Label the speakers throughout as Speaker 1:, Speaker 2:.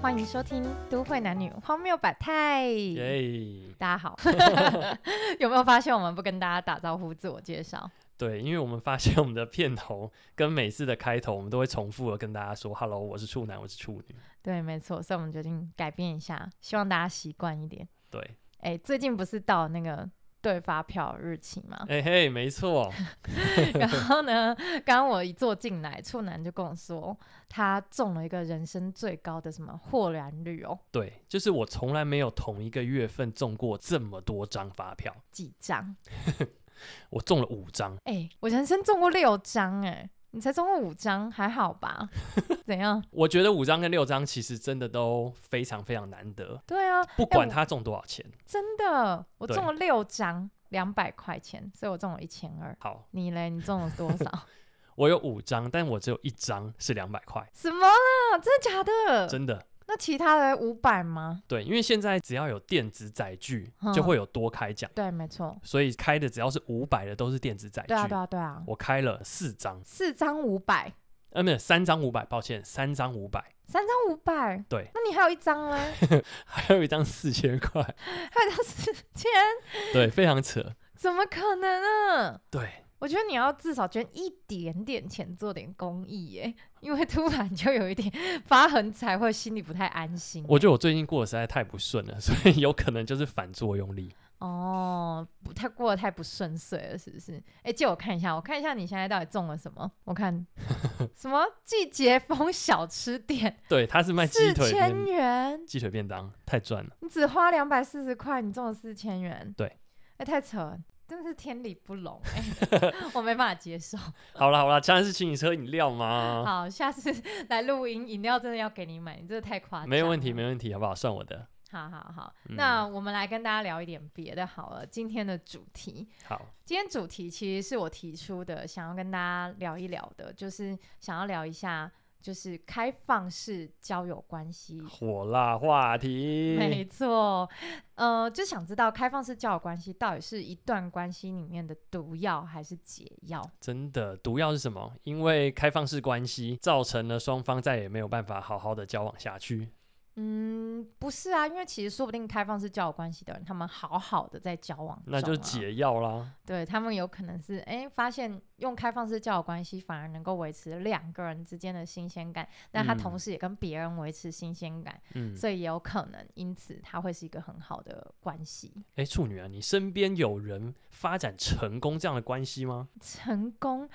Speaker 1: 欢迎收听《都会男女荒谬百态》。
Speaker 2: 耶、
Speaker 1: 大 家好，有没有发现我们不跟大家打招呼、自我介绍？
Speaker 2: 对，因为我们发现我们的片头跟每次的开头，我们都会重复的跟大家说 “hello，我是处男，我是处女
Speaker 1: 对，没错，所以我们决定改变一下，希望大家习惯一点。”。
Speaker 2: 对，
Speaker 1: 哎，最近不是到那个对发票日期吗？
Speaker 2: 哎、嘿，没错，
Speaker 1: 然后呢，刚刚我一坐进来，处男就跟我说，他中了一个人生最高的什么豁然率哦，
Speaker 2: 对，就是我从来没有同一个月份中过这么多张发票，
Speaker 1: 几张？
Speaker 2: 我中了五张，
Speaker 1: 哎，我人生中过六张，哎，你才中过五张，还好 吧？怎样？
Speaker 2: 我觉得五张跟六张其实真的都非常非常难得，
Speaker 1: 对啊，
Speaker 2: 不管
Speaker 1: 我
Speaker 2: 他中多少钱。
Speaker 1: 真的，我
Speaker 2: 对
Speaker 1: 中了六张，两百块钱，所以我中了一千二。
Speaker 2: 好，
Speaker 1: 你嘞？你中了多 少？
Speaker 2: 我有五张，但我只有一张是两百块，
Speaker 1: 什么啦？真的假的？
Speaker 2: 真的。
Speaker 1: 那其他的五百吗？
Speaker 2: 对，因为现在只要有电子载具，
Speaker 1: 嗯
Speaker 2: 就会有多开奖，
Speaker 1: 对，没错。
Speaker 2: 所以开的只要是五百的都是电子载具。
Speaker 1: 对啊，对啊，对啊，
Speaker 2: 我开了四张，
Speaker 1: 四张五百，
Speaker 2: 呃，没有三张五百，抱歉，三张五百，
Speaker 1: 三张五百。
Speaker 2: 对，
Speaker 1: 那你还有一张 嘞？
Speaker 2: 还有一张四千块，
Speaker 1: 还有一张四千，
Speaker 2: 对，非常扯。
Speaker 1: 怎么可能呢？
Speaker 2: 对，
Speaker 1: 我觉得你要至少捐一点点钱做点公益耶，因为突然就有一点发横财，会心里不太安心耶。啊
Speaker 2: 我觉得我最近过得实在太不顺了， 所以有可能就是反作用力。
Speaker 1: 哦，不太过得太不顺遂了，是不是？哎、借我看一下，我看一下你现在到底中了什么？我 看什么季节风小吃店
Speaker 2: 对，他是卖鸡
Speaker 1: 四
Speaker 2: 腿
Speaker 1: 千
Speaker 2: 便
Speaker 1: 元，
Speaker 2: 鸡腿便当，太赚了。
Speaker 1: 你只花两百四十块，你中了四千元，
Speaker 2: 对
Speaker 1: 哎、太扯了，真是天理不容哎、 我没办法接受。
Speaker 2: 好啦好啦，当然是请你吃喝饮料嘛，
Speaker 1: 好，下次 来录音，饮料真的要给你买，你这个太夸张，
Speaker 2: 没问题没。问题，好不好？算我的。
Speaker 1: 好好好，
Speaker 2: 嗯
Speaker 1: 那我们来跟大家聊一点别的好了，今天的主题。
Speaker 2: 好，
Speaker 1: 今天主题其实是我提出的，想要跟大家聊一聊的，就是想要聊一下，就是开放式交友关系。
Speaker 2: 火辣话
Speaker 1: 没
Speaker 2: 题，
Speaker 1: 错，呃，就想知道开放式交友关系到底是一段关系里面的毒药还是解药？
Speaker 2: 真的毒药是什么？因为开放式关系造成了双方再也没有办法好好的交往下去。
Speaker 1: 嗯，不是啊，因为其实说不定开放式交友关系的人，他们好好的在交往、啊
Speaker 2: 那就，解药啦。
Speaker 1: 对他们有可能是哎、发现用开放式交友关系反而能够维持两个人之间的新鲜感，那他
Speaker 2: 嗯
Speaker 1: 同时也跟别人维持新鲜感，
Speaker 2: 嗯，
Speaker 1: 所以也有可能，因此它会是一个很好的关系。
Speaker 2: 哎，处女啊，你身边有人发展成功这样的关系吗？
Speaker 1: 成功，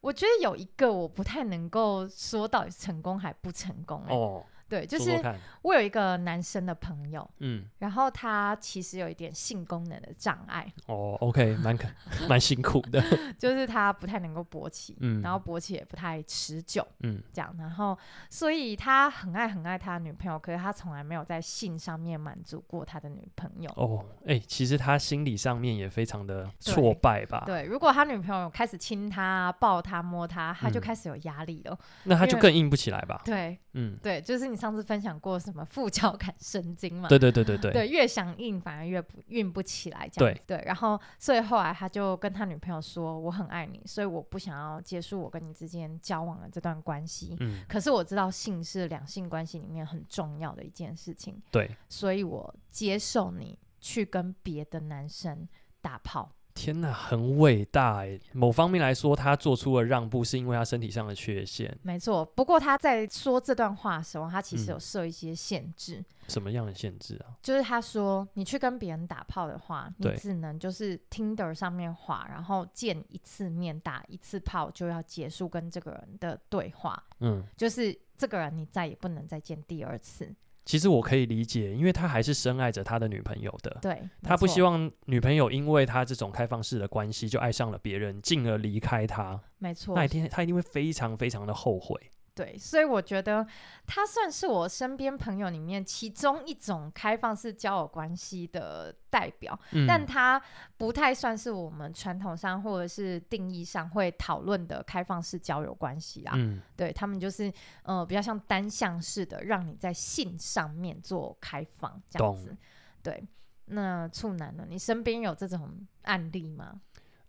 Speaker 1: 我觉得有一个我不太能够说到底是成功还不成功、欸。
Speaker 2: 哦，
Speaker 1: 对，就
Speaker 2: 说说
Speaker 1: 是
Speaker 2: 看，
Speaker 1: 我有一个男生的朋友，
Speaker 2: 嗯，
Speaker 1: 然后他其实有一点性功能的障碍，
Speaker 2: 哦，OK，蛮 可蛮辛苦的，
Speaker 1: 就是他不太能够勃起。
Speaker 2: 嗯，
Speaker 1: 然后勃起也不太持久，
Speaker 2: 嗯，
Speaker 1: 这样，然后所以他很爱很爱他的女朋友，可是他从来没有在性上面满足过他的女朋友。
Speaker 2: 哦，哎，其实他心理上面也非常的挫败吧？，
Speaker 1: 对，如果他女朋友开始亲他、抱他、摸他，他就
Speaker 2: 嗯
Speaker 1: 开始有压力了。
Speaker 2: 那他就
Speaker 1: 因为
Speaker 2: 更硬不起来吧？
Speaker 1: 对
Speaker 2: 嗯，
Speaker 1: 对，就是你上次分享过什么副交感神经嘛？
Speaker 2: 对对对对对，
Speaker 1: 对越想硬反而越不硬不起来，这样子对。然后，所以后来他就跟他女朋友说：“我很爱你，所以我不想要结束我跟你之间交往的这段关系。
Speaker 2: 嗯，
Speaker 1: 可是我知道性是两性关系里面很重要的一件事情，
Speaker 2: 对，
Speaker 1: 所以我接受你去跟别的男生打炮。”
Speaker 2: 天呐，很伟大哎！某方面来说，他做出了让步，是因为他身体上的缺陷，
Speaker 1: 没错，不过他在说这段话的时候，他其实
Speaker 2: 嗯
Speaker 1: 有设一些限制，
Speaker 2: 什么样的限制啊？
Speaker 1: 就是他说你去跟别人打炮的话，你
Speaker 2: 对
Speaker 1: 只能就是 Tinder 上面滑，然后见一次面打一次炮就要结束跟这个人的对话，
Speaker 2: 嗯，
Speaker 1: 就是这个人你再也不能再见第二次。
Speaker 2: 其实我可以理解，因为他还是深爱着他的女朋友的。
Speaker 1: 对，
Speaker 2: 他不希
Speaker 1: 望，
Speaker 2: 望女朋友因为他这种开放式的关系就爱上了别人，进而离开他。
Speaker 1: 没错
Speaker 2: 那一，天他一定会非常非常的后悔。
Speaker 1: 对，所以我觉得他算是我身边朋友里面其中一种开放式交友关系的代表，
Speaker 2: 嗯，
Speaker 1: 但他不太算是我们传统上或者是定义上会讨论的开放式交友关系啦。
Speaker 2: 嗯
Speaker 1: 对他们就是呃比较像单向式的，让你在性上面做开放这样
Speaker 2: 懂
Speaker 1: 子。对，那处男呢？你身边有这种案例吗？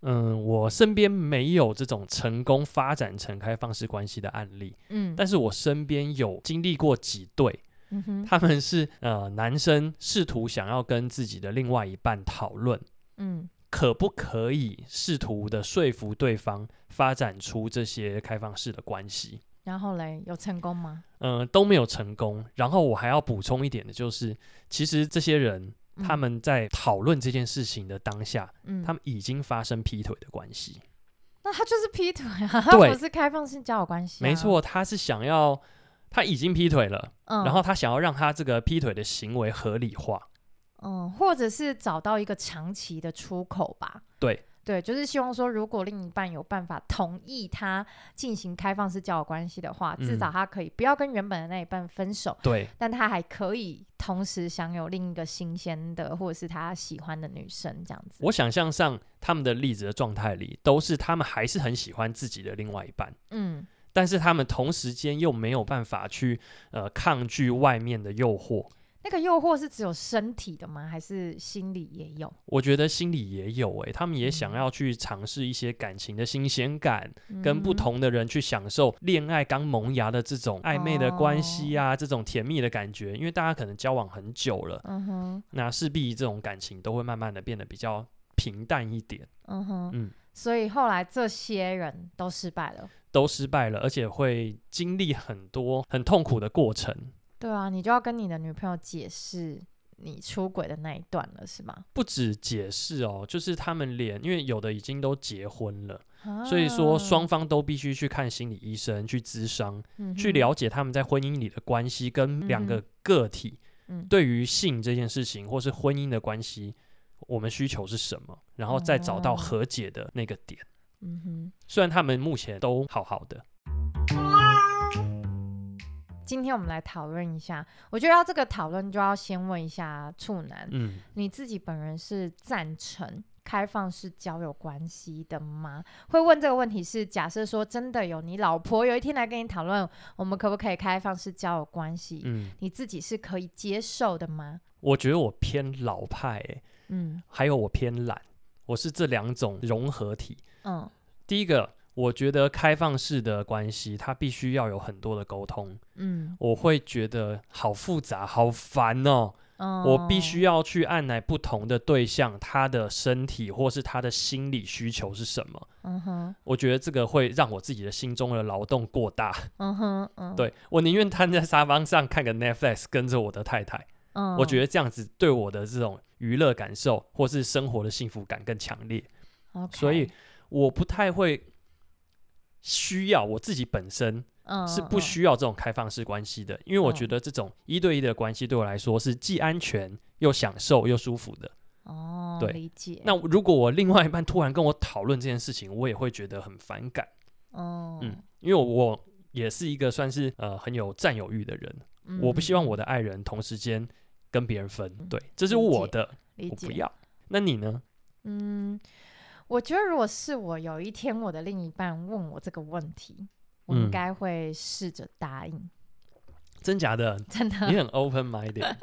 Speaker 2: 嗯，我身边没有这种成功发展成开放式关系的案例，
Speaker 1: 嗯，
Speaker 2: 但是我身边有经历过几对，
Speaker 1: 嗯哼，
Speaker 2: 他们是呃男生试图想要跟自己的另外一半讨论，
Speaker 1: 嗯
Speaker 2: 可不可以试图的说服对方发展出这些开放式的关系，
Speaker 1: 然后嘞，有成功吗？
Speaker 2: 嗯、都没有成功。然后我还要补充一点的就是，其实这些人
Speaker 1: 嗯
Speaker 2: 他们在讨论这件事情的当下，
Speaker 1: 嗯，
Speaker 2: 他们已经发生劈腿的关系。
Speaker 1: 那他就是劈腿 啊，他
Speaker 2: 对
Speaker 1: 不是开放性交友关系、啊
Speaker 2: 没，错，他是想要他已经劈腿了，
Speaker 1: 嗯，
Speaker 2: 然后他想要让他这个劈腿的行为合理化。
Speaker 1: 嗯，或者是找到一个长期的出口吧。
Speaker 2: 对
Speaker 1: 对，就是希望说，如果另一半有办法同意他进行开放式交友关系的话，至
Speaker 2: 嗯
Speaker 1: 少他可以不要跟原本的那一半分手，
Speaker 2: 对，
Speaker 1: 但他还可以同时享有另一个新鲜的或者是他喜欢的女生这样子。
Speaker 2: 我想象上他们的例子的状态里，都是他们还是很喜欢自己的另外一半，
Speaker 1: 嗯，
Speaker 2: 但是他们同时间又没有办法去呃抗拒外面的诱惑。
Speaker 1: 那个诱惑是只有身体的吗？还是心理也有？
Speaker 2: 我觉得心里也有诶、他们也想
Speaker 1: 嗯
Speaker 2: 要去尝试一些感情的新鲜感，跟
Speaker 1: 嗯
Speaker 2: 不同的人去享受恋爱刚萌芽的这种暧昧的关系
Speaker 1: 哦
Speaker 2: 啊，这种甜蜜的感觉。因为大家可能交往很久了，
Speaker 1: 嗯哼，
Speaker 2: 那势必这种感情都会慢慢的变得比较平淡一点，
Speaker 1: 嗯哼，
Speaker 2: 嗯
Speaker 1: 所以后来这些人都失败了。
Speaker 2: 都失败了，而且会经历很多很痛苦的过程。
Speaker 1: 对啊，你就要跟你的女朋友解释你出轨的那一段了，是吗？
Speaker 2: 不止解释哦，就是他们连因为有的已经都结婚了，
Speaker 1: 啊
Speaker 2: 所以说双方都必须去看心理医生、去咨商，去
Speaker 1: 聊。
Speaker 2: 了解他们在婚姻里的关系跟两
Speaker 1: 嗯
Speaker 2: 个个体
Speaker 1: 嗯
Speaker 2: 对于性这件事情，或是婚姻的关系，我们需求是什么，然后再找到
Speaker 1: 哦
Speaker 2: 和解的那个点。
Speaker 1: 嗯哼。
Speaker 2: 虽然他们目前都好好的，
Speaker 1: 今天我们来讨论一下，我觉得要这个讨论就要先问一下处男，
Speaker 2: 嗯，
Speaker 1: 你自己本人是赞成开放式交友关系的吗？会问这个问题是假设说真的有你老婆有一天来跟你讨论，我们可不可以开放式交友关系，
Speaker 2: 嗯，
Speaker 1: 你自己是可以接受的吗？
Speaker 2: 我觉得我偏老派、欸，
Speaker 1: 嗯
Speaker 2: 还有我偏懒，我是这两种融合体。
Speaker 1: 嗯
Speaker 2: 第一个，我觉得开放式的关系，它必须要有很多的沟通，
Speaker 1: 嗯
Speaker 2: 我会觉得好复杂，好烦哦。
Speaker 1: 嗯，
Speaker 2: 我必须要去按来不同的对象，他的身体或是他的心理需求是什么？
Speaker 1: 嗯哼
Speaker 2: 我觉得这个会让我自己的心中的劳动过大。
Speaker 1: 嗯哼嗯，
Speaker 2: 对我宁愿瘫在沙发上看个 Netflix，跟着我的太太，
Speaker 1: 嗯，
Speaker 2: 我觉得这样子对我的这种娱乐感受或是生活的幸福感更强烈。
Speaker 1: OK，
Speaker 2: 所以我不太会需要我自己本身
Speaker 1: 嗯
Speaker 2: 是不需要这种开放式关系的，因为我觉
Speaker 1: 嗯
Speaker 2: 得这种一对一的关系对我来说是既安全又享受又舒服的。
Speaker 1: 哦，
Speaker 2: 对
Speaker 1: 理解。
Speaker 2: 那如果我另外一半突然跟我讨论这件事情，我也会觉得很反感，
Speaker 1: 哦，
Speaker 2: 嗯，因为我也是一个算是呃很有占有欲的人，
Speaker 1: 嗯
Speaker 2: 我不希望我的爱人同时间跟别人分，对，这是
Speaker 1: 理
Speaker 2: 我
Speaker 1: 解
Speaker 2: 的，
Speaker 1: 理
Speaker 2: 我不
Speaker 1: 解。
Speaker 2: 要。那你呢？
Speaker 1: 嗯，我觉得如果是我有一天我的另一半问我这个问题，我
Speaker 2: 嗯
Speaker 1: 应该会试着答应。
Speaker 2: 真假的？
Speaker 1: 真的，
Speaker 2: 你很 open minded，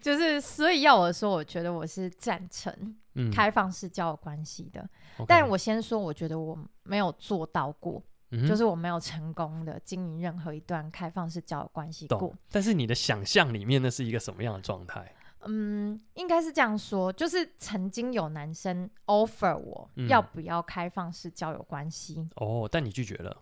Speaker 1: 就是所以要我说，我觉得我是赞成
Speaker 2: 嗯，
Speaker 1: 开放式交友关系的。
Speaker 2: OK，
Speaker 1: 但我先说，我觉得我没有做到过，
Speaker 2: 嗯哼
Speaker 1: 就是我没有成功的经营任何一段开放式交友关系过
Speaker 2: 懂。。但是你的想象里面那是一个什么样的状态？
Speaker 1: 嗯，应该是这样说，就是曾经有男生 offer 我、
Speaker 2: 嗯
Speaker 1: 要不要开放式交友关系，
Speaker 2: 哦，但你拒绝了，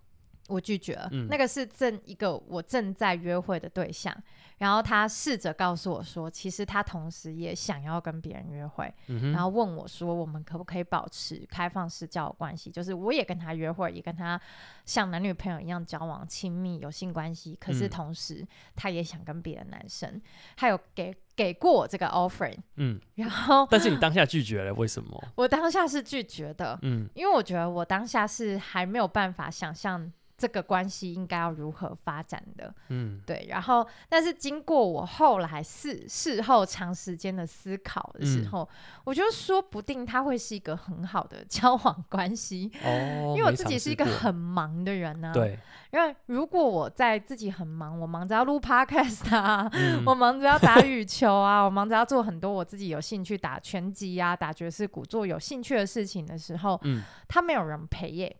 Speaker 1: 我拒绝了。
Speaker 2: 嗯
Speaker 1: 那个是正一个我正在约会的对象，然后他试着告诉我说，其实他同时也想要跟别人约会，
Speaker 2: 嗯哼，
Speaker 1: 然后问我说，我们可不可以保持开放式交友关系？就是我也跟他约会，也跟他像男女朋友一样交往、亲密、有性关系，可是
Speaker 2: 嗯
Speaker 1: 同时他也想跟别的男生，他有给给过我这个 offer，
Speaker 2: 嗯，
Speaker 1: 然后。
Speaker 2: 但是你当下拒绝了，为什么？
Speaker 1: 我当下是拒绝的，
Speaker 2: 嗯
Speaker 1: 因为我觉得我当下是还没有办法想象这个关系应该要如何发展的。
Speaker 2: 嗯，
Speaker 1: 对，然后但是经过我后来事事后长时间的思考的时
Speaker 2: 嗯
Speaker 1: 候，我觉得说不定它会是一个很好的 交往关系，
Speaker 2: 哦，
Speaker 1: 因为我
Speaker 2: 没
Speaker 1: 自己
Speaker 2: 尝
Speaker 1: 是
Speaker 2: 试
Speaker 1: 一个
Speaker 2: 过
Speaker 1: 很忙的人呢、啊。，
Speaker 2: 对，
Speaker 1: 因为如果我在自己很忙，我忙着要录 podcast 啊，
Speaker 2: 嗯
Speaker 1: 我忙着要打羽球啊，我忙着要做很多我自己有兴趣打拳击啊、打爵士鼓做有兴趣的事情的时候，
Speaker 2: 嗯，
Speaker 1: 他没有人陪耶、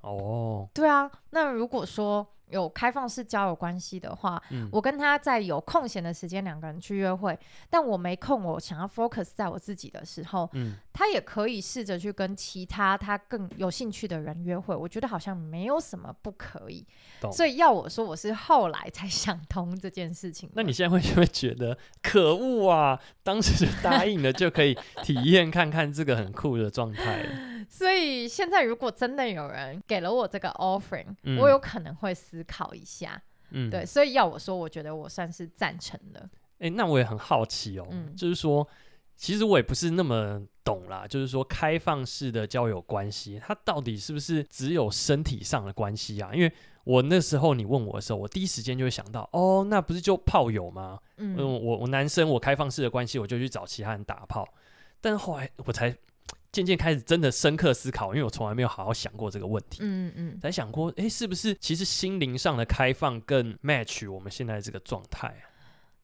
Speaker 2: 哦，
Speaker 1: 对啊，那如果说有开放式交友关系的话，
Speaker 2: 嗯，
Speaker 1: 我跟他在有空闲的时间两个人去约会，但我没空，我想要 focus 在我自己的时候，
Speaker 2: 嗯，
Speaker 1: 他也可以试着去跟其他他更有兴趣的人约会，我觉得好像没有什么不可以。
Speaker 2: 懂
Speaker 1: 所以要我说，我是后来才 想通这件事情的。
Speaker 2: 那你现在会不会觉得可恶啊？ 当时就答应了，就可以体验看看这个很酷的状态了。
Speaker 1: 所以现在如果真的有人给了我这个 offering，、
Speaker 2: 嗯
Speaker 1: 我有可能会思考一下。
Speaker 2: 嗯，
Speaker 1: 对，所以要我说，我觉得我算是赞成的。
Speaker 2: 哎、那我也很好奇哦，
Speaker 1: 嗯
Speaker 2: 就是说，其实我也不是那么懂啦，就是说，开放式的交友关系，它到底是不是只有身体上的关系啊？因为我那时候你问我的时候，我第一时间就会想到，哦，那不是就炮友吗？
Speaker 1: 嗯
Speaker 2: 嗯，我我男生我开放式的关系，我就去找其他人打炮，但后来我才渐渐开始真的深刻思考，因为我从来没有好好想过这个问题。
Speaker 1: 嗯嗯，
Speaker 2: 才想过，哎、是不是其实心灵上的开放更 match 我们现在这个状态啊？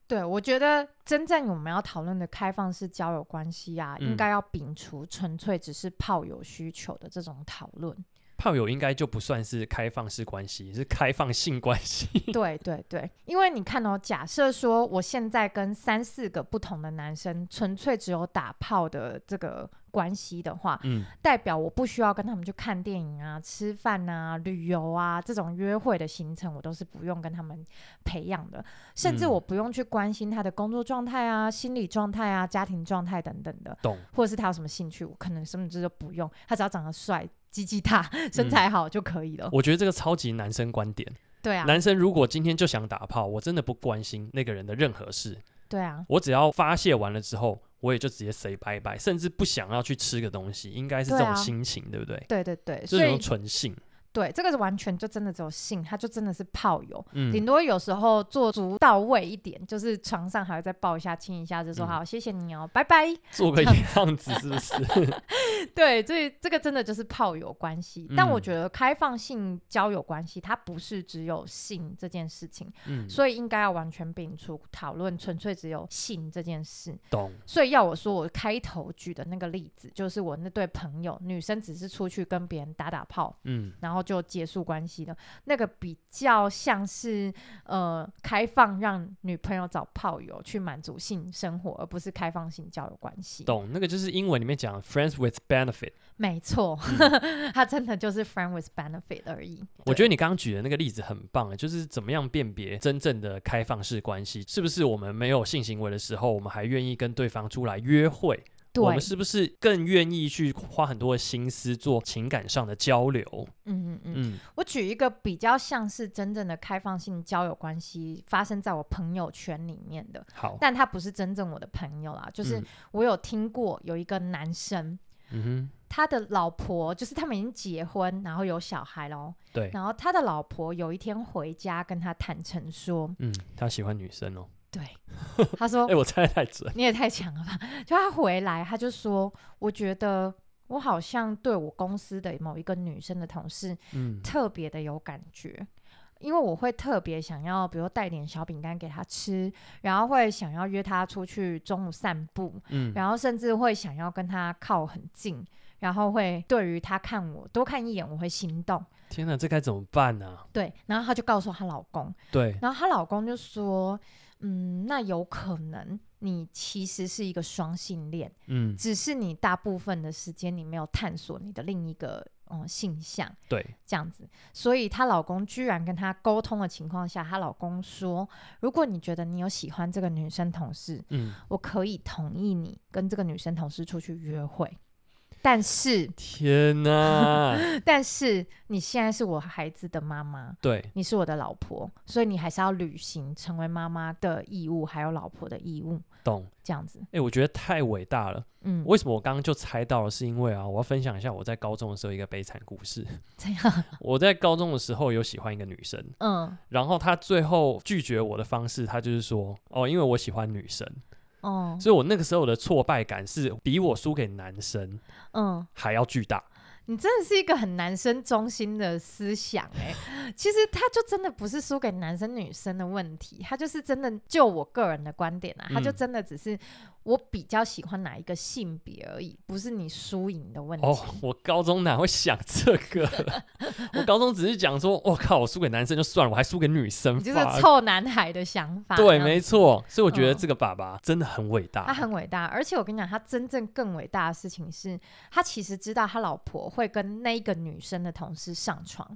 Speaker 1: 对，我觉得真正我们要讨论的开放式交友关系啊，
Speaker 2: 嗯
Speaker 1: 应该要摒除纯粹只是炮友需求的这种讨论。
Speaker 2: 炮友应该就不算是开放式关系，是开放性关系。
Speaker 1: 对对对，因为你看哦，假设说我现在跟三四个不同的男生纯粹只有打炮的这个关系的话，
Speaker 2: 嗯，
Speaker 1: 代表我不需要跟他们去看电影啊、吃饭啊、旅游啊这种约会的行程，我都是不用跟他们培养的，甚至
Speaker 2: 嗯
Speaker 1: 我不用去关心他的工作状态啊、心理状态啊、家庭状态等等的，
Speaker 2: 懂。
Speaker 1: 或者是他有什么兴趣，我可能甚至都不用，他只要长得帅、鸡鸡大、 身材好就可以了。
Speaker 2: 嗯我觉得这个超级男生观点，
Speaker 1: 对啊，
Speaker 2: 男生如果今天就想打炮，我真的不关心那个人的任何事，
Speaker 1: 对啊，
Speaker 2: 我只要发泄完了之后，我也就直接 say 拜拜，甚至不想要去吃个东西，应该是这
Speaker 1: 对
Speaker 2: 种
Speaker 1: 啊
Speaker 2: 心情，对不对？
Speaker 1: 对对对，
Speaker 2: 这
Speaker 1: 所以
Speaker 2: 种纯性，
Speaker 1: 对这个完全就真的只有性，他就真的是炮友。顶
Speaker 2: 嗯，
Speaker 1: 多有时候做足到位一点，就是床上还会再抱一下、亲一下，就说
Speaker 2: 嗯
Speaker 1: 好，谢谢你哦，拜拜。
Speaker 2: 做个样子是 不是？
Speaker 1: 对，所以这个真的就是炮友关系。但我
Speaker 2: 嗯
Speaker 1: 觉得开放性交友关系，它不是只有性这件事情，
Speaker 2: 嗯，
Speaker 1: 所以应该要完全摒除讨论，纯粹只有性这件事。
Speaker 2: 懂。
Speaker 1: 所以要我说，我开头举的那个例子，就是我那对朋友，女生只是出去跟别人打打炮。
Speaker 2: 嗯，
Speaker 1: 然后就结束关系的那个比较像是呃开放让女朋友找炮友去满足性生活，而不是开放性交友关系。
Speaker 2: 懂。那个就是英文里面讲 friends with benefit。
Speaker 1: 没错， 它真的就是 friend with benefit 而已。
Speaker 2: 嗯我觉得你刚刚举的那个例子很棒，就是怎么样辨别真正的开放式关系，是不是我们没有性行为的时候，我们还愿意跟对方出来约会？
Speaker 1: 对
Speaker 2: 我们是不是更愿意去花很多的心思做情感上的交流？
Speaker 1: 嗯嗯嗯，
Speaker 2: 嗯，
Speaker 1: 我举一个比较像是真正的开放性交友关系发生在我朋友圈里面的，
Speaker 2: 好，
Speaker 1: 但他不是真正我的朋友啦，就是
Speaker 2: 嗯
Speaker 1: 我有听过有一个男生，
Speaker 2: 嗯
Speaker 1: 他的老婆就是他们已经结婚，然后有小孩喽，
Speaker 2: 哼，对，
Speaker 1: 然后他的老婆有一天回家跟他坦诚说
Speaker 2: 嗯，他喜欢女生哦。：“
Speaker 1: 对， 他说
Speaker 2: 哎、我猜得太 准，
Speaker 1: 你也太强了吧！”就他回来，他就说：“我觉得我好像对我公司的某一个女生的同事
Speaker 2: 嗯，
Speaker 1: 特别的有感觉。”因为我会特别想要，比如带点小饼干给她吃，然后会想要约她出去中午散步，
Speaker 2: 嗯，
Speaker 1: 然后甚至会想要跟她靠很近，然后会对于她看我多看一眼我会心动，
Speaker 2: 天哪，这该怎么办呢、
Speaker 1: 对。然后她就告诉她老公，
Speaker 2: 对，
Speaker 1: 然后她老公就说：“嗯，那有可能你其实是一个双性恋，
Speaker 2: 嗯，
Speaker 1: 只是你大部分的时间你没有探索你的另一个嗯性向
Speaker 2: 对，
Speaker 1: 这样子。”所以她老公居然跟她沟通的情况下，她老公说：“如果你觉得你有喜欢这个女生同事，
Speaker 2: 嗯，
Speaker 1: 我可以同意你跟这个女生同事出去约会。”但是，
Speaker 2: 天哪！
Speaker 1: 但是你现在是我孩子的妈妈，
Speaker 2: 对，
Speaker 1: 你是我的老婆，所以你还是要履行成为妈妈的义务，还有老婆的义务，
Speaker 2: 懂。
Speaker 1: 这样子。
Speaker 2: 哎、我觉得太伟大了。
Speaker 1: 嗯，
Speaker 2: 为什么我刚刚就猜到了？是因为啊，我要分享一下我在高中的时候一个悲惨故事。
Speaker 1: 这样，
Speaker 2: 我在高中的时候有喜欢一个女生，
Speaker 1: 嗯，
Speaker 2: 然后她最后拒绝我的方式，她就是说：“哦，因为我喜欢女生。”
Speaker 1: 哦，
Speaker 2: 所以我那个时候的挫败感是比我输给男生
Speaker 1: 嗯，
Speaker 2: 还要巨大。
Speaker 1: 你真的是一个很男生中心的思想哎、 其实他就真的不是输给男生女生的问题，他就是真的就我个人的观点啊，他就
Speaker 2: 嗯
Speaker 1: 真的只是我比较喜欢哪一个性别而已，不是你输赢的问题。
Speaker 2: 哦，我高中哪会想这 个？我高中只是讲说，我靠，我输给男生就算了，我还输给女生，
Speaker 1: 你就是
Speaker 2: fuck
Speaker 1: 臭男孩的想法，
Speaker 2: 对，
Speaker 1: 这样
Speaker 2: 没错。所以我觉得
Speaker 1: 嗯
Speaker 2: 这个爸爸真的很伟大。
Speaker 1: 他很伟大，而且我跟你讲，他真正更伟大的事情是，他其实知道他老婆会跟那一个女生的同事上床。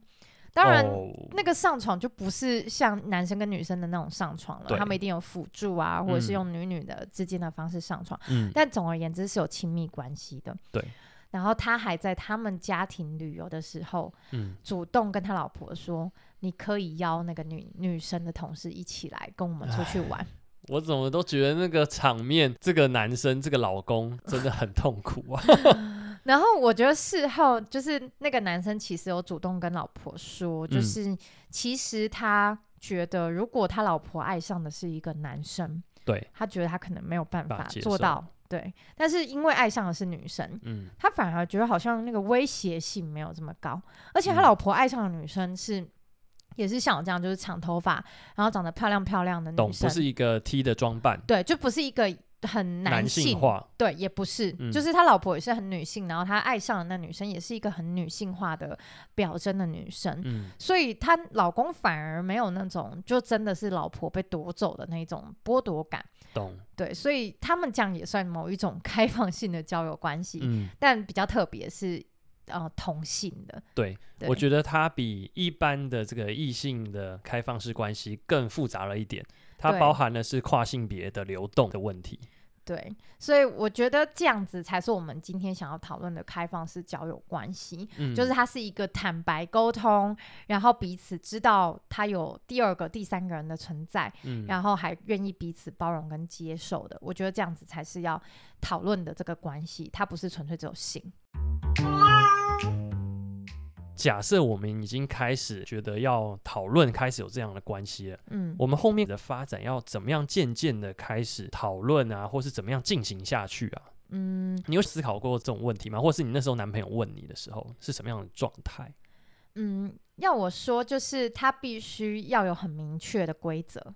Speaker 1: 当然，
Speaker 2: 哦
Speaker 1: 那个上床就不是像男生跟女生的那种上床了，
Speaker 2: 对
Speaker 1: 他们一定有辅助啊，或者是
Speaker 2: 嗯
Speaker 1: 用女女的之间的方式上床。
Speaker 2: 嗯，
Speaker 1: 但总而言之是有亲密关系的。
Speaker 2: 对。
Speaker 1: 然后他还在他们家庭旅游的时候，
Speaker 2: 嗯，
Speaker 1: 主动跟他老婆说：“你可以邀那个女女生的同事一起来跟我们出去玩。”
Speaker 2: 我怎么都觉得那个场面，这个男生，这个老公 真的很痛苦啊。
Speaker 1: 然后我觉得事后就是那个男生其实有主动跟老婆说，就
Speaker 2: 嗯
Speaker 1: 是其实他觉得如果他老婆爱上的是一个男生，
Speaker 2: 对，
Speaker 1: 他觉得他可能没有办
Speaker 2: 办法
Speaker 1: 法
Speaker 2: 接
Speaker 1: 做
Speaker 2: 受
Speaker 1: 到，对。但是因为爱上的是女生，
Speaker 2: 嗯，
Speaker 1: 他反而觉得好像那个威胁性没有这么高，而且他
Speaker 2: 嗯
Speaker 1: 老婆爱上的女生是。也是像我这样，就是长头发，然后长得漂亮漂亮的
Speaker 2: 懂，
Speaker 1: 女
Speaker 2: 不
Speaker 1: 生，
Speaker 2: 是一个 T 的装扮，
Speaker 1: 对，就不是一个很
Speaker 2: 男
Speaker 1: 性
Speaker 2: 性化。
Speaker 1: 对，也不是，
Speaker 2: 嗯
Speaker 1: 就是他老婆也是很女性，然后他爱上的那女生也是一个很女性化的表征的女生，
Speaker 2: 嗯，
Speaker 1: 所以她老公反而没有那种就真的是老婆被夺走的那种剥夺感。
Speaker 2: 懂。
Speaker 1: 对，所以他们这样也算某一种 开放性的交友关系，
Speaker 2: 嗯，
Speaker 1: 但比较特别是呃同性的。
Speaker 2: 对，
Speaker 1: 对
Speaker 2: 我觉得它比一般的这个异性的开放式关系更复杂了一点，它
Speaker 1: 对
Speaker 2: 包含的是跨性别的流动的问题。
Speaker 1: 对，所以我觉得这样子才是我们今天想要讨论的开放式交友关系。
Speaker 2: 嗯，
Speaker 1: 就是它是一个坦白沟通，然后彼此知道他有第二个、第三个人的存在，
Speaker 2: 嗯，
Speaker 1: 然后还愿意彼此包容跟接受的。我觉得这样子才是要讨论的这个关系，它不是纯粹只有性。
Speaker 2: 假设我们已经开始觉得要讨论，开始有这样的关系了，
Speaker 1: 嗯，
Speaker 2: 我们后面的发展要怎么样渐渐的开始讨论啊，或是怎么样进行下去啊？
Speaker 1: 嗯
Speaker 2: 你有思考过这种问题吗？或是你那时候男朋友问你的时候是什么样的状态？
Speaker 1: 嗯，要我说，就是它必须要有很明确的规则。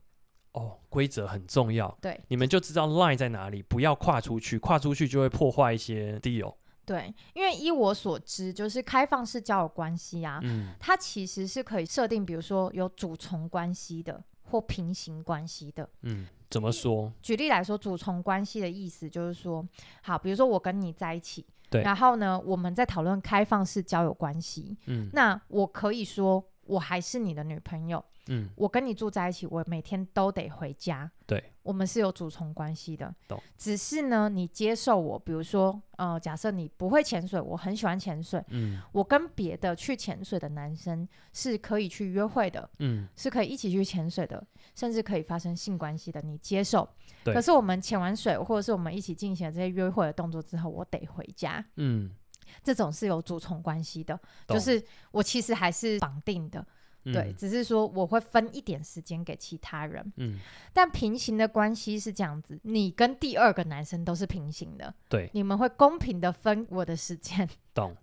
Speaker 2: 哦，规则很重要，
Speaker 1: 对
Speaker 2: 你们就知道 line 在哪里，不要跨出去，跨出去就会破坏一些 deal。
Speaker 1: 对，因为依我所知，就是开放式交友关系啊，
Speaker 2: 嗯，
Speaker 1: 它其实是可以设定，比如说有主从关系的或平行关系的。
Speaker 2: 嗯，怎么说？
Speaker 1: 举例来说，主从关系的意思就是说，好，比如说我跟你在一起，
Speaker 2: 对
Speaker 1: 然后呢，我们在讨论开放式交友关系，
Speaker 2: 嗯
Speaker 1: 那我可以说我还是你的女朋友，
Speaker 2: 嗯，
Speaker 1: 我跟你住在一起，我每天都得回家，
Speaker 2: 对，
Speaker 1: 我们是有主从关系的
Speaker 2: 懂，
Speaker 1: 只是呢，你接受我，比如说，呃，假设你不会潜水，我很喜欢潜水，
Speaker 2: 嗯
Speaker 1: 我跟别的去潜水的男生是可以去约会的，
Speaker 2: 嗯，
Speaker 1: 是可以一起去潜水的，甚至可以发生性关系的，你接受。
Speaker 2: 对
Speaker 1: 可是我们潜完水，或者是我们一起进行了这些约会的动作之后，我得回家，
Speaker 2: 嗯，
Speaker 1: 这种是有主从关系的，就
Speaker 2: 懂
Speaker 1: 是我其实还是绑定的，对，
Speaker 2: 嗯
Speaker 1: 只是说我会分一点时间给其他人。
Speaker 2: 嗯，
Speaker 1: 但平行的关系是这样子，你跟第二个男生都是平行的，
Speaker 2: 对
Speaker 1: 你们会公平的分我的时间，
Speaker 2: 懂，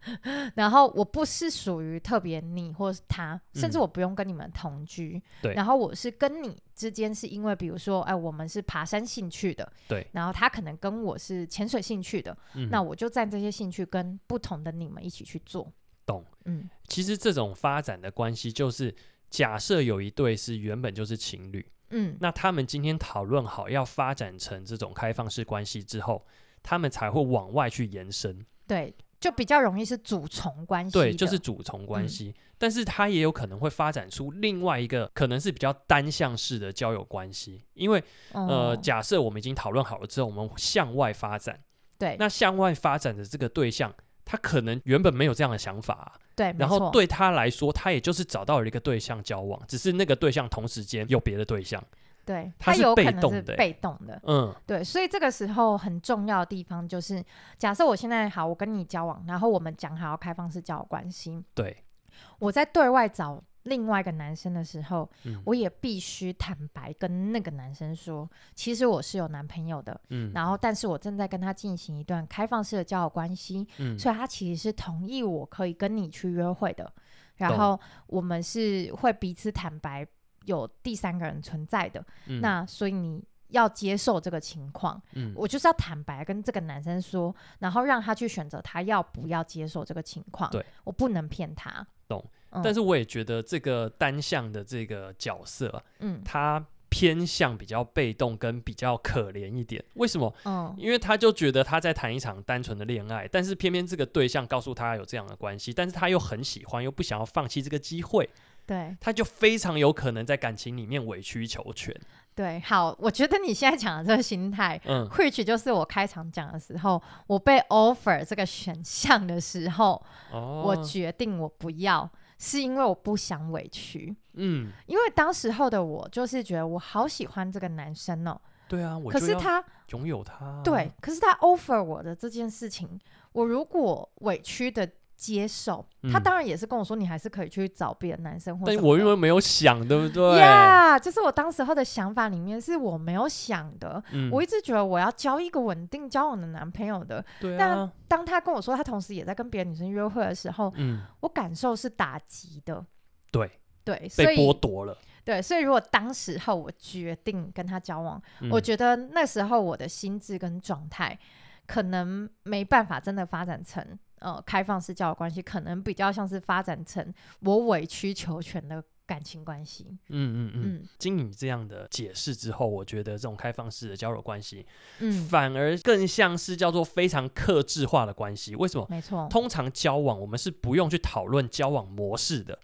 Speaker 1: 然后我不是属于特别你或是他，甚至
Speaker 2: 嗯
Speaker 1: 我不用跟你们同居。
Speaker 2: 对
Speaker 1: 然后我是跟你之间是因为，比如说，哎，我们是爬山兴趣的，
Speaker 2: 对
Speaker 1: 然后他可能跟我是潜水兴趣的，
Speaker 2: 嗯
Speaker 1: 那我就站这些兴趣跟不同的你们一起去做。
Speaker 2: 懂。
Speaker 1: 嗯，
Speaker 2: 其实这种发展的关系就是。假设有一对是原本就是情侣，
Speaker 1: 嗯，
Speaker 2: 那他们今天讨论好要发展成这种开放式关系之后，他们才会往外去延伸，
Speaker 1: 对，就比较容易是主从关系的。
Speaker 2: 对，就是主从关
Speaker 1: 嗯
Speaker 2: 系。但是它也有可能会发展出另外一个可能是比较单向式的交友关系，因为呃，
Speaker 1: 哦
Speaker 2: 假设我们已经讨论好了之后，我们向外发展，
Speaker 1: 对，
Speaker 2: 那向外发展的这个对象，他可能原本没有这样的想法啊、
Speaker 1: 对，没
Speaker 2: 然后
Speaker 1: 错，
Speaker 2: 对他来说，他也就是找到了一个对象交往，只是那个对象同时间有别的对象。
Speaker 1: 对，
Speaker 2: 他
Speaker 1: 他
Speaker 2: 是
Speaker 1: 有可
Speaker 2: 被
Speaker 1: 能
Speaker 2: 动
Speaker 1: 是
Speaker 2: 的欸
Speaker 1: 被动的，
Speaker 2: 嗯，
Speaker 1: 对，所以这个时候很重要的地方就是，假设我现在好，我跟你交往，然后我们讲好要开放式交友关系，
Speaker 2: 对，
Speaker 1: 我在对外找另外一个男生的时候，
Speaker 2: 嗯
Speaker 1: 我也必须坦白跟那个男生说，其实我是有男朋友的，
Speaker 2: 嗯
Speaker 1: 然后但是我正在跟他进行一段开放式的交友关系，
Speaker 2: 嗯，
Speaker 1: 所以他其实是同意我可以跟你去约会的，然
Speaker 2: 懂
Speaker 1: 后我们是会彼此坦白有第三个人存在的，
Speaker 2: 嗯
Speaker 1: 那所以你。要接受这个情况，
Speaker 2: 嗯
Speaker 1: 我就是要坦白跟这个男生说，然后让他去选择他要不要接受这个情况。
Speaker 2: 对，
Speaker 1: 我不能骗他。
Speaker 2: 懂
Speaker 1: 嗯。
Speaker 2: 但是我也觉得这个单向的这个角色、啊，
Speaker 1: 嗯
Speaker 2: 他偏向比较被动跟比较可怜一点。为什么？
Speaker 1: 嗯，
Speaker 2: 因为他就觉得他在谈一场单纯的恋爱，但是偏偏这个对象告诉他有这样的关系，但是他又很喜欢，又不想要放弃这个机会，
Speaker 1: 对
Speaker 2: 他就非常有可能在感情里面委曲求全。
Speaker 1: 对，好，我觉得你现在讲的这个心态。
Speaker 2: 嗯
Speaker 1: Which 就是我开场讲的时候，我被 offer 这个选项的时候，
Speaker 2: 哦，
Speaker 1: 我决定我不要，是因为我不想委屈。
Speaker 2: 嗯，
Speaker 1: 因为当时候的我就是觉得我好喜欢这个男生哦、
Speaker 2: 对啊，我
Speaker 1: 可
Speaker 2: 就是要
Speaker 1: 他
Speaker 2: 拥有他，嗯
Speaker 1: 对，，可是他 offer 我的这件事情，我如果委屈的接受，他
Speaker 2: 嗯
Speaker 1: 当然也是跟我说你还是可以去找别的男生或
Speaker 2: 但
Speaker 1: 什
Speaker 2: 我
Speaker 1: 么
Speaker 2: 因
Speaker 1: 的
Speaker 2: 为没有想，对不对？
Speaker 1: 呀就是我当时候的想法里面是我没有想的，
Speaker 2: 嗯，
Speaker 1: 我一直觉得我要交一个稳定交往的男朋友的。
Speaker 2: 对
Speaker 1: 但
Speaker 2: 啊，
Speaker 1: 当他跟我说他同时也在跟别的女生约会的时候，
Speaker 2: 嗯，
Speaker 1: 我感受是打击的。
Speaker 2: 对，
Speaker 1: 对，
Speaker 2: 被
Speaker 1: 所
Speaker 2: 剥
Speaker 1: 以
Speaker 2: 夺了。
Speaker 1: 对，所以如果当时候我决定跟他交往，我
Speaker 2: 嗯
Speaker 1: 觉得那时候我的心智跟状态可能没办法真的发展成呃开放式交友关系，可能比较像是发展成我委曲求全的感情关系。
Speaker 2: 嗯嗯嗯，
Speaker 1: 嗯
Speaker 2: 经你这样的解释之后，我觉得这种开放式的交友关系，
Speaker 1: 嗯，
Speaker 2: 反而更像是叫做非常克制化的关系。为什么？
Speaker 1: 没错。
Speaker 2: 通常交往我们是不用去讨论交往模式的，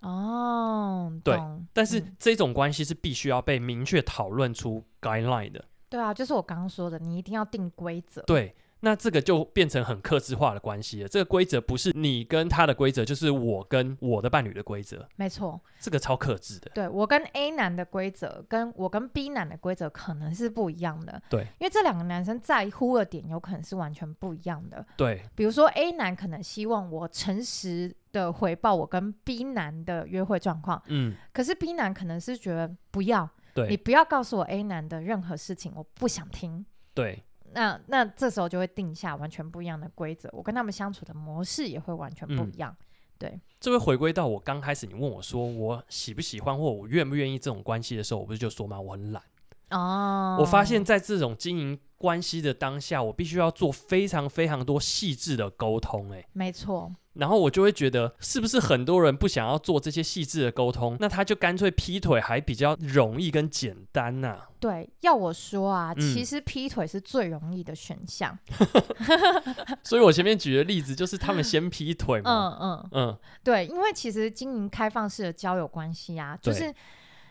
Speaker 1: 哦，
Speaker 2: 对
Speaker 1: 懂
Speaker 2: 但是
Speaker 1: 嗯
Speaker 2: 这种关系是必须要被明确讨论出 guideline 的。
Speaker 1: 对啊，就是我刚刚说的，你一定要定规则。
Speaker 2: 对，那这个就变成很克制化的关系了。这个规则不是你跟他的规则，就是我跟我的伴侣的规则，
Speaker 1: 没错，
Speaker 2: 这个超克制的。
Speaker 1: 对我跟 A 男的规则，跟我跟 B 男的规则可能是不一样的。
Speaker 2: 对，
Speaker 1: 因为这两个男生在乎的点有可能是完全不一样的。
Speaker 2: 对，
Speaker 1: 比如说 A 男可能希望我诚实的回报我跟 B 男的约会状况，
Speaker 2: 嗯，
Speaker 1: 可是 B 男可能是觉得不要，你
Speaker 2: 对，
Speaker 1: 不要告诉我 A 男的任何事情，我不想听。
Speaker 2: 对，
Speaker 1: 那那这时候就会定下完全不一样的规则，我跟他们相处的模式也会完全不
Speaker 2: 嗯
Speaker 1: 一样。
Speaker 2: 这会回归到我刚开始你问我说我喜不喜欢或我愿不愿意这种关系的时候，我不是就说吗？我很懒。
Speaker 1: 哦，
Speaker 2: 我发现在这种经营关系的当下，我必须要做非常非常多细致的沟通、欸，
Speaker 1: 没错，
Speaker 2: 然后我就会觉得，是不是很多人不想要做这些细致的沟通，那他就干脆劈腿，还比较容易跟简单呐、
Speaker 1: 对，要我说啊，
Speaker 2: 嗯
Speaker 1: 其实劈腿是最容易的选项。
Speaker 2: 所以我前面举的例子就是他们先劈腿嘛，
Speaker 1: 嗯嗯，
Speaker 2: 嗯
Speaker 1: 对，因为其实经营开放式的交友关系啊，就
Speaker 2: 对
Speaker 1: 是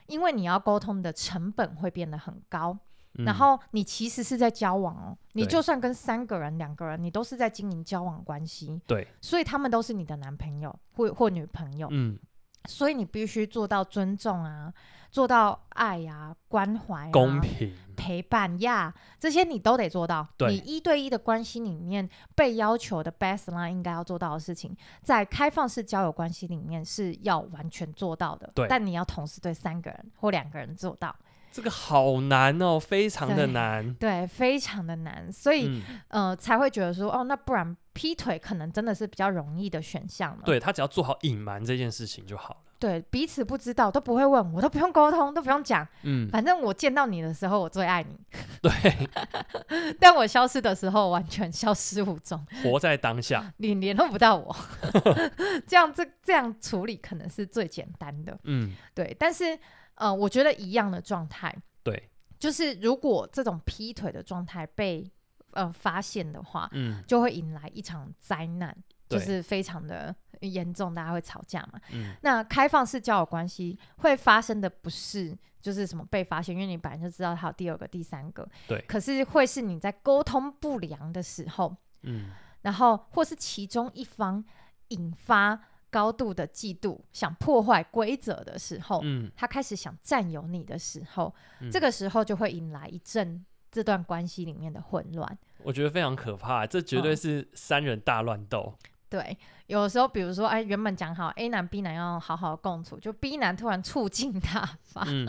Speaker 1: 因为你要沟通的成本会变得很高，
Speaker 2: 嗯
Speaker 1: 然后你其实是在交往哦，你
Speaker 2: 对
Speaker 1: 就算跟三个人、两个人，你都是在经营交往关系，
Speaker 2: 对，
Speaker 1: 所以他们都是你的男朋友或或女朋友，
Speaker 2: 嗯，
Speaker 1: 所以你必须做到尊重啊，做到爱啊、关怀、啊、
Speaker 2: 公平，
Speaker 1: 陪伴呀这些你都得做到。
Speaker 2: 对
Speaker 1: 你一对一的关系里面被要求的 baseline 应该要做到的事情，在开放式交友关系里面是要完全做到的。
Speaker 2: 对
Speaker 1: 但你要同时对三个人或两个人做到，
Speaker 2: 这个好难哦，非常的
Speaker 1: 对
Speaker 2: 难。
Speaker 1: 对，非常的难，所以、
Speaker 2: 嗯，
Speaker 1: 呃才会觉得说，哦，那不然劈腿可能真的是比较容易的选项了。
Speaker 2: 对他只要做好隐瞒这件事情就好了。
Speaker 1: 对，彼此不知道都不会问，我都不用沟通，都不用讲，
Speaker 2: 嗯，
Speaker 1: 反正我见到你的时候我最爱你，
Speaker 2: 对，
Speaker 1: 但我消失的时候完全消失无踪。
Speaker 2: 活在当下。
Speaker 1: 你 联络不到我，这样这这样处理可能是最简单的，
Speaker 2: 嗯，
Speaker 1: 对。但是呃，我觉得一样的状态，
Speaker 2: 对，
Speaker 1: 就是如果这种劈腿的状态被呃发现的话，
Speaker 2: 嗯，
Speaker 1: 就会引来一场灾难，就
Speaker 2: 对，
Speaker 1: 是非常的严重，大家会吵架嘛。
Speaker 2: 嗯，
Speaker 1: 那开放式交友关系会发生的不是就是什么被发现，因为你本来就知道还有第二个、第三个，
Speaker 2: 对
Speaker 1: 可是会是你在沟通不良的时候，
Speaker 2: 嗯，
Speaker 1: 然后或是其中一方引发高度的嫉妒，想破坏规则的时候，
Speaker 2: 嗯，
Speaker 1: 他开始想占有你的时候，
Speaker 2: 嗯
Speaker 1: 这个时候就会引来一阵这段关系里面的混乱。
Speaker 2: 我觉得非常可怕，这绝对
Speaker 1: 嗯
Speaker 2: 是三人大乱斗。
Speaker 1: 对，有的时候，比如说，哎，原本讲好 A 男 B 男要好好共处，就 B 男突然醋劲大发，
Speaker 2: 嗯，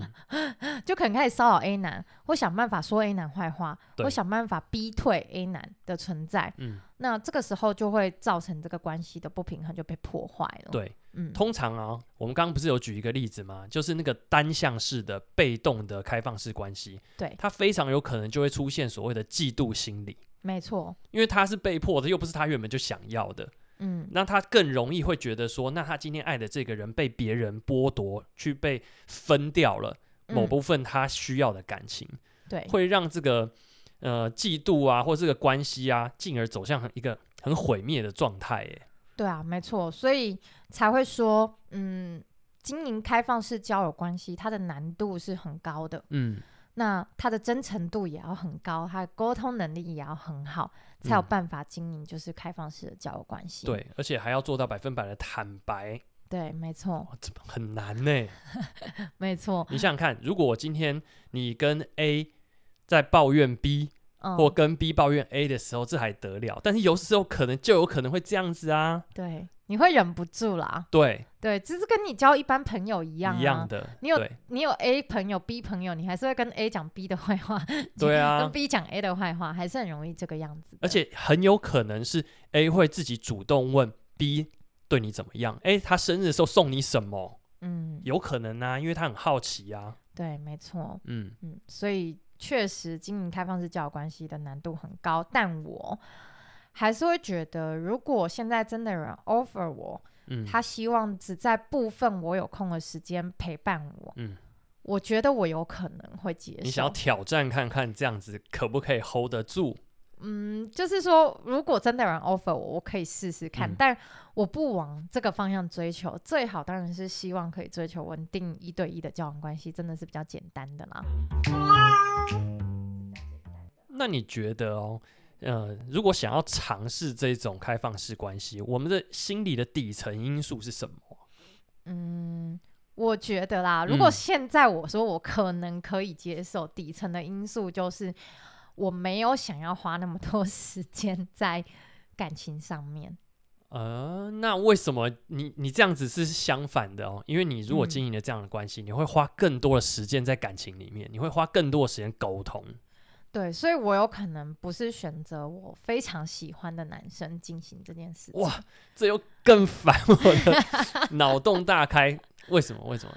Speaker 1: 就可能开始骚扰 A 男，或想办法说 A 男坏话，
Speaker 2: 对
Speaker 1: 或想办法逼退 A 男的存在。
Speaker 2: 嗯，
Speaker 1: 那这个时候就会造成这个关系的不平衡就被破坏了。，
Speaker 2: 对，
Speaker 1: 嗯，
Speaker 2: 通常啊，我们刚刚不是有举一个例子吗？就是那个单向式的被动的开放式关系，
Speaker 1: 对
Speaker 2: 它非常有可能就会出现所谓的嫉妒心理，
Speaker 1: 没错，
Speaker 2: 因为他是被迫的，又不是他原本就想要的，
Speaker 1: 嗯，
Speaker 2: 那他更容易会觉得说，那他今天爱的这个人被别人剥夺，去被分掉了某
Speaker 1: 嗯
Speaker 2: 部分他需要的感情，
Speaker 1: 对，
Speaker 2: 会让这个呃嫉妒啊，或这个关系啊，进而走向一个很毁灭的状态。哎，
Speaker 1: 对啊，没错，所以才会说，嗯，经营开放式交友关系，它的难度是很高的，
Speaker 2: 嗯，
Speaker 1: 那它的真诚度也要很高，它的沟通能力也要很好，才有
Speaker 2: 嗯
Speaker 1: 办法经营就是开放式的交友关系。
Speaker 2: 对，而且还要做到百分百的坦白，
Speaker 1: 对，没错，
Speaker 2: 哇这很难 呢。
Speaker 1: 没错，
Speaker 2: 你想想看，如果我今天你跟 A 在抱怨 B，
Speaker 1: 嗯，
Speaker 2: 或跟 B 抱怨 A 的时候，这还得了？但是有时候可能就有可能会这样子啊，
Speaker 1: 对，你会忍不住啦，
Speaker 2: 对，
Speaker 1: 对，这是跟你交一般朋友一样、啊，
Speaker 2: 一样的，
Speaker 1: 你有
Speaker 2: 对
Speaker 1: 你有 A 朋友、B 朋友，你还是会跟 A 讲 B 的坏话，
Speaker 2: 对啊
Speaker 1: 跟，B 讲 A 的坏话，还是很容易这个样子的。
Speaker 2: 而且很有可能是 A 会自己主动问 B 对你怎么样，哎，他生日的时候送你什么？
Speaker 1: 嗯，
Speaker 2: 有可能啊，因为他很好奇啊。
Speaker 1: 对，没错，
Speaker 2: 嗯，
Speaker 1: 嗯，所以确实经营开放式交友关系的难度很高，但我还是会觉得，如果现在真的有人 offer 我，
Speaker 2: 嗯
Speaker 1: 他希望只在部分我有空的时间陪伴我，
Speaker 2: 嗯，
Speaker 1: 我觉得我有可能会接受。
Speaker 2: 你想要挑战看看这样子可不可以 hold 得住？
Speaker 1: 嗯，就是说，如果真的有人 offer 我，我可以试试看，
Speaker 2: 嗯
Speaker 1: 但我不往这个方向追求。最好当然是希望可以追求稳定一对一的交往关系，真的是比较简单的啦。
Speaker 2: 那你觉得哦，呃，如果想要尝试这种开放式关系，我们的心理的底层因素是什么？
Speaker 1: 嗯，我觉得啦，如果
Speaker 2: 嗯
Speaker 1: 现在我说我可能可以接受，底层的因素就是我没有想要花那么多 时间在感情上面。
Speaker 2: 呃，那为什么你你这样子是相反的哦？因为你如果
Speaker 1: 嗯
Speaker 2: 经营了这样的关系，你会花更多的时间在感情里面，你会花更多的时间沟通。
Speaker 1: 对，所以我有可能不是选择我非常喜欢的男生进行这件事情。
Speaker 2: 哇，这又更烦我的 脑洞大开。为什么？为什么？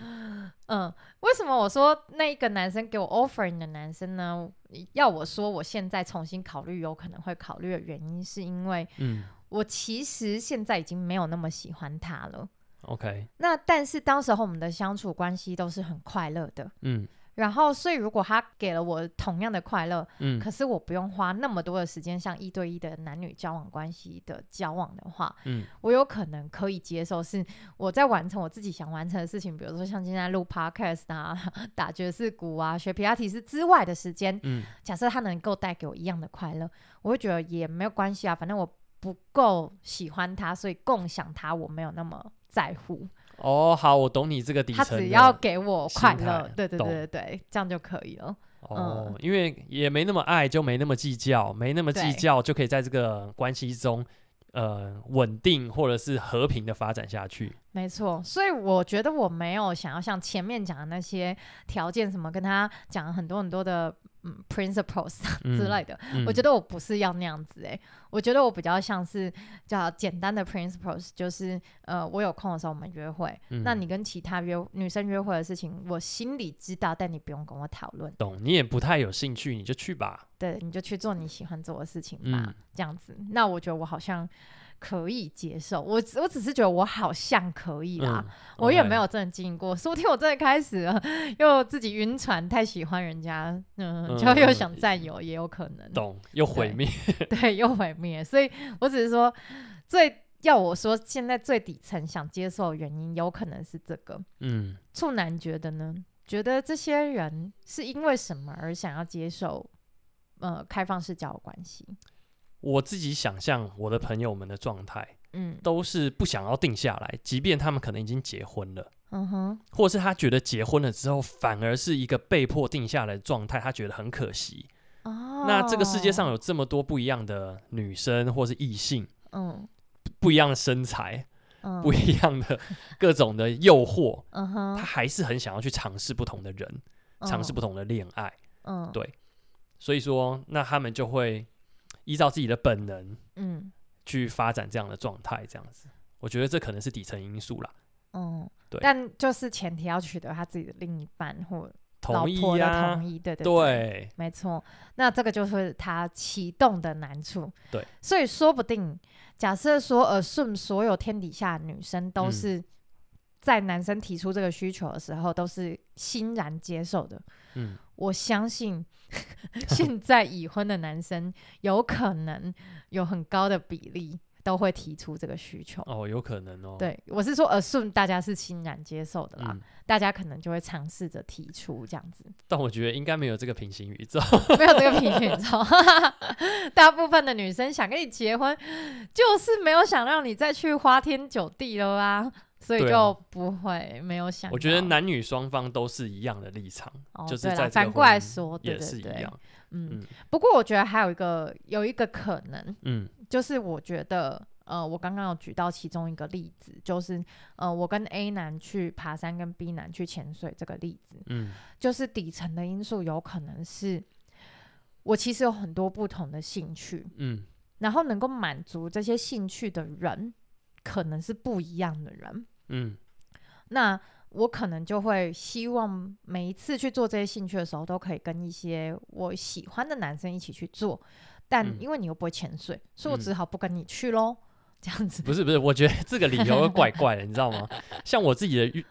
Speaker 1: 嗯，为什么我说那一个男生给我 offering 的男生呢？要我说我现在重新考虑，有可能会考虑的原因，是因为
Speaker 2: 嗯
Speaker 1: 我其实现在已经没有那么喜欢他了。
Speaker 2: ，OK，
Speaker 1: 那但是当时候我们的相处关系都是很快乐的，
Speaker 2: 嗯
Speaker 1: 然后所以如果他给了我同样的快乐，
Speaker 2: 嗯
Speaker 1: 可是我不用花那么多的时间像一对一的男女交往关系的交往的话，
Speaker 2: 嗯
Speaker 1: 我有可能可以接受，是我在完成我自己想完成的事情，比如说像现在录 podcast 啊、 打爵士鼓啊、学皮拉提斯之外的时间，
Speaker 2: 嗯
Speaker 1: 假设他能够带给我一样的快乐，我会觉得也没有关系啊，反正我不够喜欢他，所以共享他我没有那么在乎。
Speaker 2: 哦，好，我懂你这个底
Speaker 1: 他
Speaker 2: 层的。
Speaker 1: 只要给我快
Speaker 2: 心态
Speaker 1: 乐，对对
Speaker 2: 懂
Speaker 1: 对对对，这样就可以了。嗯
Speaker 2: 哦，因为也没那么爱，就没那么计较，没那么计
Speaker 1: 对
Speaker 2: 较，就可以在这个关系中，呃，稳定或者是和平的发展下去。
Speaker 1: 没错，所以我觉得我没有想要像前面讲的那些条件什么，跟他讲很多很多的嗯 principles
Speaker 2: 嗯
Speaker 1: 之类的。
Speaker 2: 嗯
Speaker 1: 我觉得我不是要那样子诶、欸我觉得我比较像是叫简单的 principles，就是呃，我有空的时候我们约会，那
Speaker 2: 嗯
Speaker 1: 你跟其他约女生约会的事情，我心里知道，但你不用跟我讨论，
Speaker 2: 懂，你也不太有兴趣，你就去吧。
Speaker 1: 对，你就去做你喜欢做的事情吧，
Speaker 2: 嗯
Speaker 1: 这样子。那我觉得我好像可以接受，我只我只是觉得我好像可以啦。
Speaker 2: 嗯，
Speaker 1: 我也
Speaker 2: OK
Speaker 1: 没有真的经营过，说不定我真的开始了，又自己晕船，太喜欢人家，嗯，就又
Speaker 2: 嗯
Speaker 1: 想占有，也有可能。
Speaker 2: 懂，又毁
Speaker 1: 对
Speaker 2: 灭。
Speaker 1: 对，又毁灭。所以我只是说，最要我说现在最底层想接受的原因，有可能是这个。
Speaker 2: 嗯，
Speaker 1: 处男觉得呢？觉得这些人是因为什么而想要接受呃开放式交友关系？
Speaker 2: 我自己想象我的朋友们的状态，
Speaker 1: 嗯
Speaker 2: 都是不想要定下来，即便他们可能已经结婚了，
Speaker 1: 嗯哼，
Speaker 2: 或是他觉得结婚了之后反而是一个被迫定下来的状态，他觉得很可惜。
Speaker 1: 哦，
Speaker 2: 那这个世界上，有这么多不一样的女生或是异性，
Speaker 1: 嗯
Speaker 2: 不一样的身材，
Speaker 1: 嗯，
Speaker 2: 不一样的各种的诱惑，
Speaker 1: 嗯
Speaker 2: 他
Speaker 1: 哼，
Speaker 2: 还是很想要去尝试不同的人，尝试不
Speaker 1: 同，
Speaker 2: 同的恋爱。
Speaker 1: 嗯，
Speaker 2: 对所以说，那他们就会依照自己的本能
Speaker 1: 嗯
Speaker 2: 去发展这样的状态，这样子。我觉得这可能是底层因素啦，
Speaker 1: 嗯，
Speaker 2: 对
Speaker 1: 但就是前提要取得他自己的另一半或老
Speaker 2: 同意
Speaker 1: 婆的
Speaker 2: 呀、
Speaker 1: 同意，对对对。
Speaker 2: 对，
Speaker 1: 没错，那这个就是他启动的难处。
Speaker 2: 对，
Speaker 1: 所以说不定，假设说呃，顺所有天底下的女生都
Speaker 2: 嗯
Speaker 1: 是在男生提出这个需求的时候，都是欣然接受的。
Speaker 2: 嗯，
Speaker 1: 我相 信现在已婚的男生有可能有很高的比例都会提出这个需求。
Speaker 2: 哦，有可能哦，
Speaker 1: 对，我是说 assume 大家是欣然接受的啦，
Speaker 2: 嗯，
Speaker 1: 大家可能就会尝试着提出这样子，
Speaker 2: 但我觉得应该没有这个平行宇宙，
Speaker 1: 没有这个平均照。 大部分的女生想跟你结婚，就是没有想让你再去花天酒地了啊，所以
Speaker 2: 对啊
Speaker 1: 就不会没有想到。
Speaker 2: 我觉得男女双方都是一样的立场，
Speaker 1: 哦
Speaker 2: 就是
Speaker 1: 对啦
Speaker 2: 在这个
Speaker 1: 反过来
Speaker 2: 婚姻
Speaker 1: 说，对
Speaker 2: 也
Speaker 1: 对
Speaker 2: 是一
Speaker 1: 对
Speaker 2: 样，
Speaker 1: 嗯，
Speaker 2: 嗯
Speaker 1: 不过我觉得还有一个有一个可能，
Speaker 2: 嗯
Speaker 1: 就是我觉得，呃，我刚刚有举到其中一个例子，就是呃，我跟 A 男去爬山，跟 B 男去潜水这个例子，
Speaker 2: 嗯
Speaker 1: 就是底层的因素有可能是我其实有很多不同的兴趣，
Speaker 2: 嗯
Speaker 1: 然后能够满足这些兴趣的人，可能是不一样的人，
Speaker 2: 嗯
Speaker 1: 那。我可能就会希望每一次去做这些兴趣的时候，都可以跟一些我喜欢的男生一起去做，但
Speaker 2: 嗯
Speaker 1: 因为你又不会潜水，所以我
Speaker 2: 嗯
Speaker 1: 只好不跟你去喽，这样子。
Speaker 2: 不是不是，我觉得这个理由怪怪的，你知道吗？像我自己的欲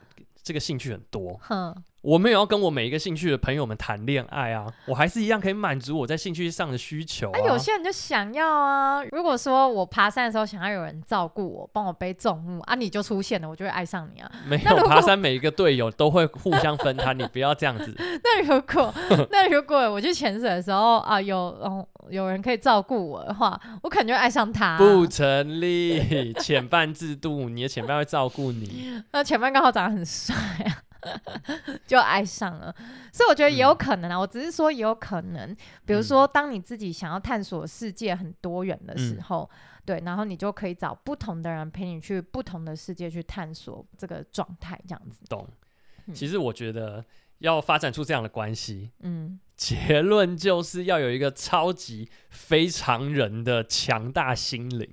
Speaker 2: 这个兴趣很多，
Speaker 1: 哼，
Speaker 2: 我没有要跟我每一个兴趣的朋友们谈恋爱啊，我还是一样可以满足我在兴趣上的需求啊。
Speaker 1: 啊，有些人就想要啊。如果说我爬山的时候想要有人照顾我，帮我背重物啊，你就出现了，我就会爱上你啊。
Speaker 2: 没
Speaker 1: 那如
Speaker 2: 有
Speaker 1: 果
Speaker 2: 爬山，每一个队友都会互相分摊，你不要这样子。
Speaker 1: 那如 果那如果我去潜水的时候啊，有嗯有人可以照顾我的话，我可能就会爱上他 啊、
Speaker 2: 不成立，潜伴制度，你的潜伴会照顾你。
Speaker 1: 那前面刚好长得很帅啊， 就爱上了。所以我觉得也有可能
Speaker 2: 嗯
Speaker 1: 啊，我只是说也有可能，比如说当你自己想要探索世界很多元的时候，
Speaker 2: 嗯
Speaker 1: 对，然后你就可以找不同的人陪你去不同的世界去探索这个状态，这样子。
Speaker 2: 懂
Speaker 1: 嗯？
Speaker 2: 其实我觉得要发展出这样的关系，
Speaker 1: 嗯，
Speaker 2: 结论就是要有一个超级非常人的强大心灵。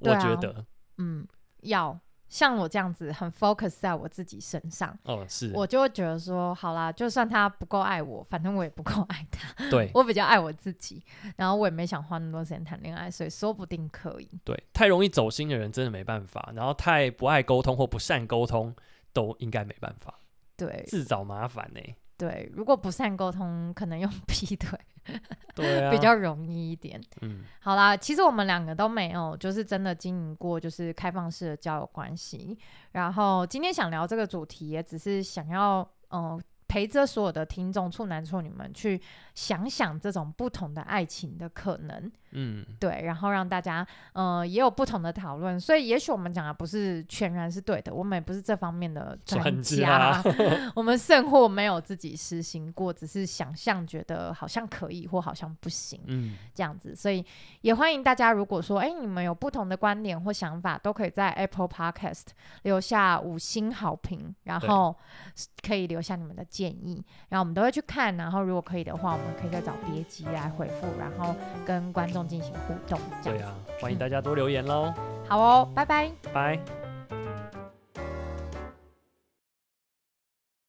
Speaker 1: 对
Speaker 2: 我
Speaker 1: 啊
Speaker 2: 觉得，
Speaker 1: 嗯，要像我这样子很 focus 在我自己身上。
Speaker 2: 哦，是
Speaker 1: 我就会觉得说，好啦，就算他不够爱我，反正我也不够爱他，
Speaker 2: 对
Speaker 1: 我比较爱我自己，然后我也没想花那么多时间谈恋爱，所以说不定可以。
Speaker 2: 对，太容易走心的人真的没办法，然后太不爱沟通或不善沟通都应该没办法，
Speaker 1: 对
Speaker 2: 自找麻烦欸呢、
Speaker 1: 对，如果不善沟通，可能用 劈腿、
Speaker 2: 对 啊，
Speaker 1: 比较容易一点。
Speaker 2: 嗯
Speaker 1: 好啦，其实我们两个都没有，就是真的经营过就是开放式的交友关系。然后今天想聊这个主题，也只是想要嗯、呃陪着所有的听众处男处女们去想想这种不同的爱情的可能，
Speaker 2: 嗯，
Speaker 1: 对，然后让大家嗯、呃也有不同的讨论。所以也许我们讲的不是全然是对的，我们也不是这方面的专
Speaker 2: 专
Speaker 1: 家
Speaker 2: 家，
Speaker 1: 我们甚或没有自己实行过，只是想象觉得好像可以或好像不行。
Speaker 2: 嗯，
Speaker 1: 这样子，所以也欢迎大家，如果说哎、诶你们有不同的观点或想法，都可以在 Apple Podcast 留下五星好评，然
Speaker 2: 对
Speaker 1: 后可以留下你们的建议，然后我们都会去看，然后如果可以的话，我们可以再找别集来回复，然后跟观众进行互动，这
Speaker 2: 对啊
Speaker 1: 样子。
Speaker 2: 啊，欢迎大家多留言喽，
Speaker 1: 好哦，拜拜。
Speaker 2: 拜。